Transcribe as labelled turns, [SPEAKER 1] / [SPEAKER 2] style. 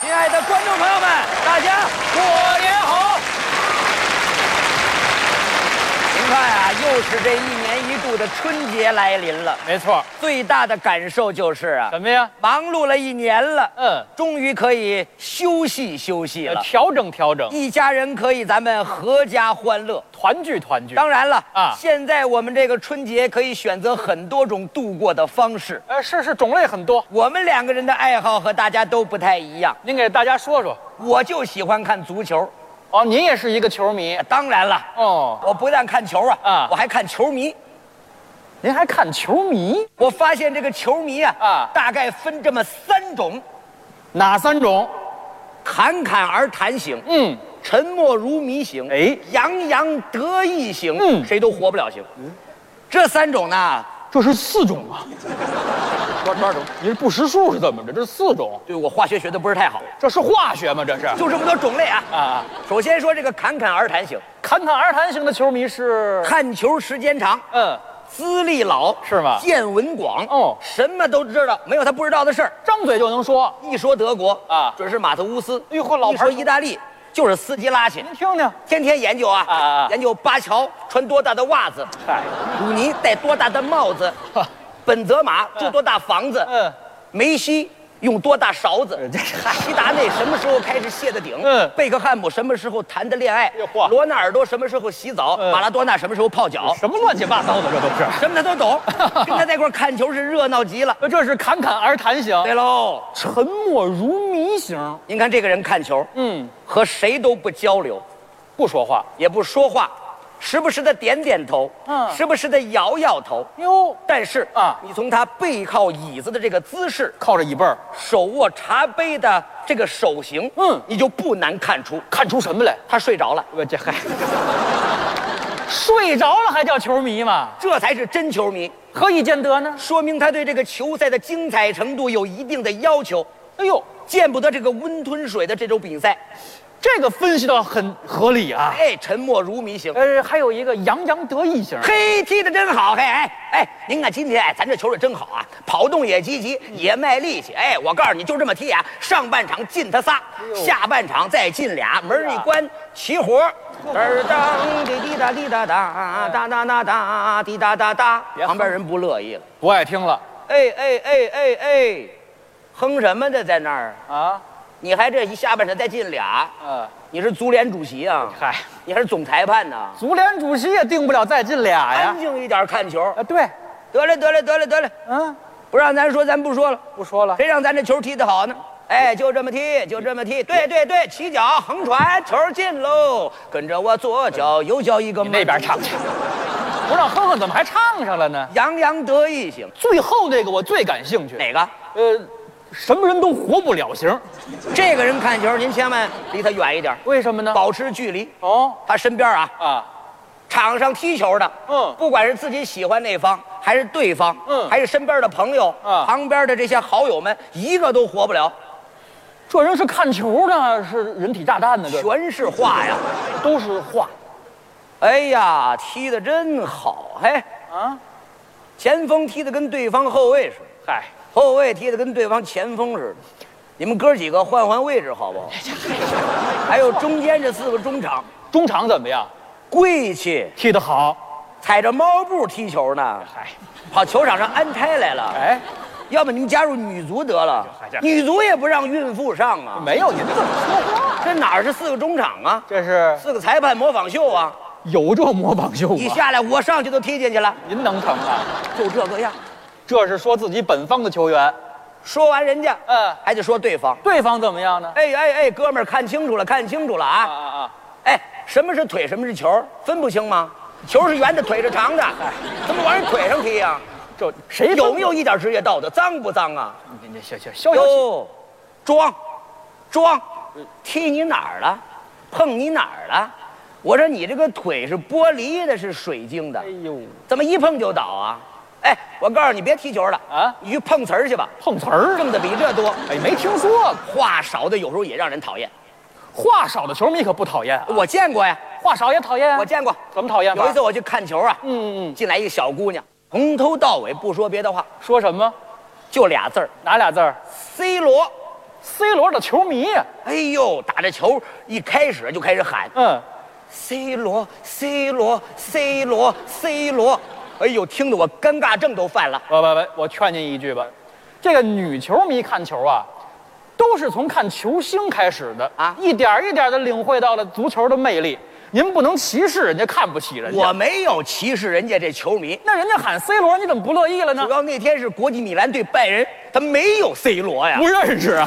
[SPEAKER 1] 亲爱的观众朋友们，大家过年好！您看啊，又是这一年一度的春节来临了。
[SPEAKER 2] 没错，
[SPEAKER 1] 最大的感受就是啊，
[SPEAKER 2] 什么呀？
[SPEAKER 1] 忙碌了一年了，
[SPEAKER 2] 嗯，
[SPEAKER 1] 终于可以休息休息
[SPEAKER 2] 呃
[SPEAKER 1] 了。
[SPEAKER 2] 调整调整，
[SPEAKER 1] 一家人可以咱们合家欢乐。
[SPEAKER 2] 团聚团聚。
[SPEAKER 1] 当然了
[SPEAKER 2] 啊
[SPEAKER 1] 现在我们这个春节可以选择很多种度过的方式。
[SPEAKER 2] 呃，是是，种类很多。
[SPEAKER 1] 我们两个人的爱好和大家都不太一样，
[SPEAKER 2] 您给大家说说。
[SPEAKER 1] 我就喜欢看足球。
[SPEAKER 2] 哦，您也是一个球迷
[SPEAKER 1] 当然了，
[SPEAKER 2] 哦？
[SPEAKER 1] 我不但看球啊，
[SPEAKER 2] 啊
[SPEAKER 1] 我还看球迷。
[SPEAKER 2] 您还看球迷？
[SPEAKER 1] 我发现这个球迷啊，
[SPEAKER 2] 啊
[SPEAKER 1] 大概分这么三种：
[SPEAKER 2] 哪三种？
[SPEAKER 1] 侃侃而谈型，
[SPEAKER 2] 嗯，
[SPEAKER 1] 沉默如谜型，
[SPEAKER 2] 哎
[SPEAKER 1] 洋洋得意型，
[SPEAKER 2] 嗯
[SPEAKER 1] 谁都活不了型。这三种呢，
[SPEAKER 2] 这是四种啊。多少多少种？您是不识数是怎么着？这是四种，
[SPEAKER 1] 对我化学学的不是太好，
[SPEAKER 2] 这是化学吗？这是
[SPEAKER 1] 就这么多种类啊。
[SPEAKER 2] 啊，
[SPEAKER 1] 首先说这个侃侃而谈型，
[SPEAKER 2] 侃侃而谈型的球迷是，
[SPEAKER 1] 看球时间长，
[SPEAKER 2] 嗯，
[SPEAKER 1] 资历老，
[SPEAKER 2] 是吗
[SPEAKER 1] 见闻广，
[SPEAKER 2] 哦
[SPEAKER 1] 什么都知道，没有他不知道的事儿。
[SPEAKER 2] 张嘴就能说。
[SPEAKER 1] 一说德国
[SPEAKER 2] 啊
[SPEAKER 1] 准是马特乌斯；
[SPEAKER 2] 哎呦呵老
[SPEAKER 1] 一
[SPEAKER 2] 牌
[SPEAKER 1] 说
[SPEAKER 2] 儿
[SPEAKER 1] 意大利，就是斯基拉去。
[SPEAKER 2] 您听听，
[SPEAKER 1] 天天研究啊，
[SPEAKER 2] 啊啊啊
[SPEAKER 1] 研究巴乔穿多大的袜子，
[SPEAKER 2] 嗨，
[SPEAKER 1] 鲁尼戴多大的帽子，本泽马住多大房子，
[SPEAKER 2] 啊嗯，
[SPEAKER 1] 梅西用多大勺子
[SPEAKER 2] 嗯这，是
[SPEAKER 1] 齐达内什么时候开始谢的顶，
[SPEAKER 2] 嗯
[SPEAKER 1] 贝克汉姆什么时候谈的恋爱
[SPEAKER 2] 哎呦嚯，
[SPEAKER 1] 罗纳尔多什么时候洗澡，
[SPEAKER 2] 嗯
[SPEAKER 1] 马拉多纳什么时候泡脚，
[SPEAKER 2] 什么乱七八糟的，这都是。
[SPEAKER 1] 什么他都 懂，跟他在一块儿看球是热闹极了。
[SPEAKER 2] 呃这是侃侃而谈型，
[SPEAKER 1] 对喽，
[SPEAKER 2] 沉默如谜型。
[SPEAKER 1] 您看这个人看球，
[SPEAKER 2] 嗯，
[SPEAKER 1] 和谁都不交流，
[SPEAKER 2] 不说话。
[SPEAKER 1] 也不说话，时不时的点点头，
[SPEAKER 2] 嗯
[SPEAKER 1] 时不时的摇摇头。
[SPEAKER 2] 哟，
[SPEAKER 1] 但是啊
[SPEAKER 2] 啊，
[SPEAKER 1] 你从他背靠椅子的这个姿势，
[SPEAKER 2] 靠着椅背儿，
[SPEAKER 1] 手握茶杯的这个手型，嗯
[SPEAKER 2] 嗯，
[SPEAKER 1] 你就不难看出
[SPEAKER 2] 看出什么来？
[SPEAKER 1] 他睡着了，
[SPEAKER 2] 我这嗨，睡着了还叫球迷吗？
[SPEAKER 1] 这才是真球迷，
[SPEAKER 2] 何以见得呢？
[SPEAKER 1] 说明他对这个球赛的精彩程度有一定的要求，
[SPEAKER 2] 哎呦，
[SPEAKER 1] 见不得这个温吞水的这种比赛，
[SPEAKER 2] 这个分析的很合理啊。
[SPEAKER 1] 哎，沉默如谜型。
[SPEAKER 2] 呃，还有一个洋洋得意型，
[SPEAKER 1] 嘿，踢得真好！嘿，哎哎，您看今天哎，咱这球队真好啊，跑动也积极，也卖力气。哎，我告诉你，就这么踢啊，上半场进他仨，下半场再进俩，门儿一关，齐活儿。儿当滴滴答滴答答，哒哒哒哒滴答答答。
[SPEAKER 2] 别哼
[SPEAKER 1] 旁边人不乐意了，
[SPEAKER 2] 不爱听了
[SPEAKER 1] 哎哎哎哎哎，哼什么呢？在那儿，
[SPEAKER 2] 啊。
[SPEAKER 1] 你还这一下半场再进俩，
[SPEAKER 2] 呃，
[SPEAKER 1] 你是足联主席啊？
[SPEAKER 2] 嗨，
[SPEAKER 1] 你还是总裁判呢、
[SPEAKER 2] 足联主席也定不了再进俩呀
[SPEAKER 1] 安。静一点看球。
[SPEAKER 2] 啊，对，
[SPEAKER 1] 得嘞得嘞得嘞得嘞。
[SPEAKER 2] 嗯，
[SPEAKER 1] 不让咱说，咱不说了。
[SPEAKER 2] 不说了。
[SPEAKER 1] 谁让咱这球踢得好呢？哎，就这么踢，就这么踢。对对对，起脚横传，球进喽！跟着我左脚右脚一个
[SPEAKER 2] 嗯你
[SPEAKER 1] 慢，
[SPEAKER 2] 那边唱去，不让哼哼，怎么还唱上了呢？
[SPEAKER 1] 洋洋得意型。
[SPEAKER 2] 最后那个我最感兴趣。
[SPEAKER 1] 哪个？
[SPEAKER 2] 呃，什么人都活不了型，
[SPEAKER 1] 这个人看球，您千万离他远一点，
[SPEAKER 2] 为什么呢？
[SPEAKER 1] 保持距离。
[SPEAKER 2] 哦
[SPEAKER 1] 他身边啊，
[SPEAKER 2] 啊，
[SPEAKER 1] 场上踢球的，
[SPEAKER 2] 嗯
[SPEAKER 1] 不管是自己喜欢那方，还是对方，
[SPEAKER 2] 嗯
[SPEAKER 1] 还是身边的朋友，
[SPEAKER 2] 啊
[SPEAKER 1] 旁边的这些好友们，一个都活不了，
[SPEAKER 2] 这人是看球呢，是人体炸弹呢，这
[SPEAKER 1] 全是话呀。
[SPEAKER 2] 都是话
[SPEAKER 1] 哎呀，踢得真好，嘿、
[SPEAKER 2] 啊。
[SPEAKER 1] 前锋踢得跟对方后卫似的。
[SPEAKER 2] 嗨，
[SPEAKER 1] 后卫踢得跟对方前锋似的。你们哥几个换换位置好不好？还有中间这四个中场，
[SPEAKER 2] 中场怎么样？
[SPEAKER 1] 跪气，
[SPEAKER 2] 踢得好。
[SPEAKER 1] 踩着猫步踢球呢，
[SPEAKER 2] 嗨，
[SPEAKER 1] 跑球场上安胎来了。
[SPEAKER 2] 哎，
[SPEAKER 1] 要不你们加入女足得了
[SPEAKER 2] 哎呀，
[SPEAKER 1] 女足也不让孕妇上啊。
[SPEAKER 2] 没有您这么说话，
[SPEAKER 1] 这哪儿是四个中场啊？
[SPEAKER 2] 这是
[SPEAKER 1] 四个裁判模仿秀啊！
[SPEAKER 2] 有这模仿秀
[SPEAKER 1] 一
[SPEAKER 2] 吗？
[SPEAKER 1] 下来我上去都踢进去了，
[SPEAKER 2] 您能成吗？
[SPEAKER 1] 就这个样。
[SPEAKER 2] 这是说自己本方的球员，
[SPEAKER 1] 说完人家，
[SPEAKER 2] 嗯
[SPEAKER 1] 还得说对方。
[SPEAKER 2] 对方怎么样呢？
[SPEAKER 1] 哎哎哎，哥们儿，看清楚了，看清楚了啊
[SPEAKER 2] 啊！啊啊！
[SPEAKER 1] 哎，什么是腿，什么是球，分不清吗？球是圆的，腿是长的，怎么往人腿上踢呀、
[SPEAKER 2] 这哎谁
[SPEAKER 1] 有没有？一点职业道德？脏不脏啊？
[SPEAKER 2] 你你消消消消气，
[SPEAKER 1] 哟，装，装，踢你哪儿了？碰你哪儿了？我说你这个腿是玻璃的，是水晶的
[SPEAKER 2] 哎，呦，
[SPEAKER 1] 怎么一碰就倒啊？哎，我告诉你，别踢球了
[SPEAKER 2] 啊
[SPEAKER 1] 你去碰瓷儿去吧，
[SPEAKER 2] 碰瓷儿了。
[SPEAKER 1] 挣的比这多。
[SPEAKER 2] 哎，没听说过。
[SPEAKER 1] 话少的有时候也让人讨厌，
[SPEAKER 2] 话少的球迷可不讨厌啊，
[SPEAKER 1] 我见过呀，
[SPEAKER 2] 话少也讨厌啊。
[SPEAKER 1] 我见过。
[SPEAKER 2] 怎么讨厌法？
[SPEAKER 1] 有一次我去看球啊，
[SPEAKER 2] 嗯，嗯嗯，
[SPEAKER 1] 进来一个小姑娘，从头到尾不说别的话，
[SPEAKER 2] 说什么？
[SPEAKER 1] 就俩字儿
[SPEAKER 2] 哪俩字儿
[SPEAKER 1] ：C 罗。
[SPEAKER 2] ，C 罗的球迷啊呀，
[SPEAKER 1] 哎呦，打这球一开始就开始喊
[SPEAKER 2] 嗯，
[SPEAKER 1] C 罗，C 罗，C 罗，C 罗，哎呦，听得我尴尬症都犯了。
[SPEAKER 2] 喂喂喂，我劝您一句吧，这个女球迷看球啊，都是从看球星开始的
[SPEAKER 1] 啊
[SPEAKER 2] 一点儿一点的领会到了足球的魅力。您不能歧视人家，看不起人家。
[SPEAKER 1] 我没有歧视人家这球迷，
[SPEAKER 2] 那人家喊 C 罗，你怎么不乐意了呢
[SPEAKER 1] 主？要那天是国际米兰对拜仁，他没有 C 罗呀。
[SPEAKER 2] 认识啊，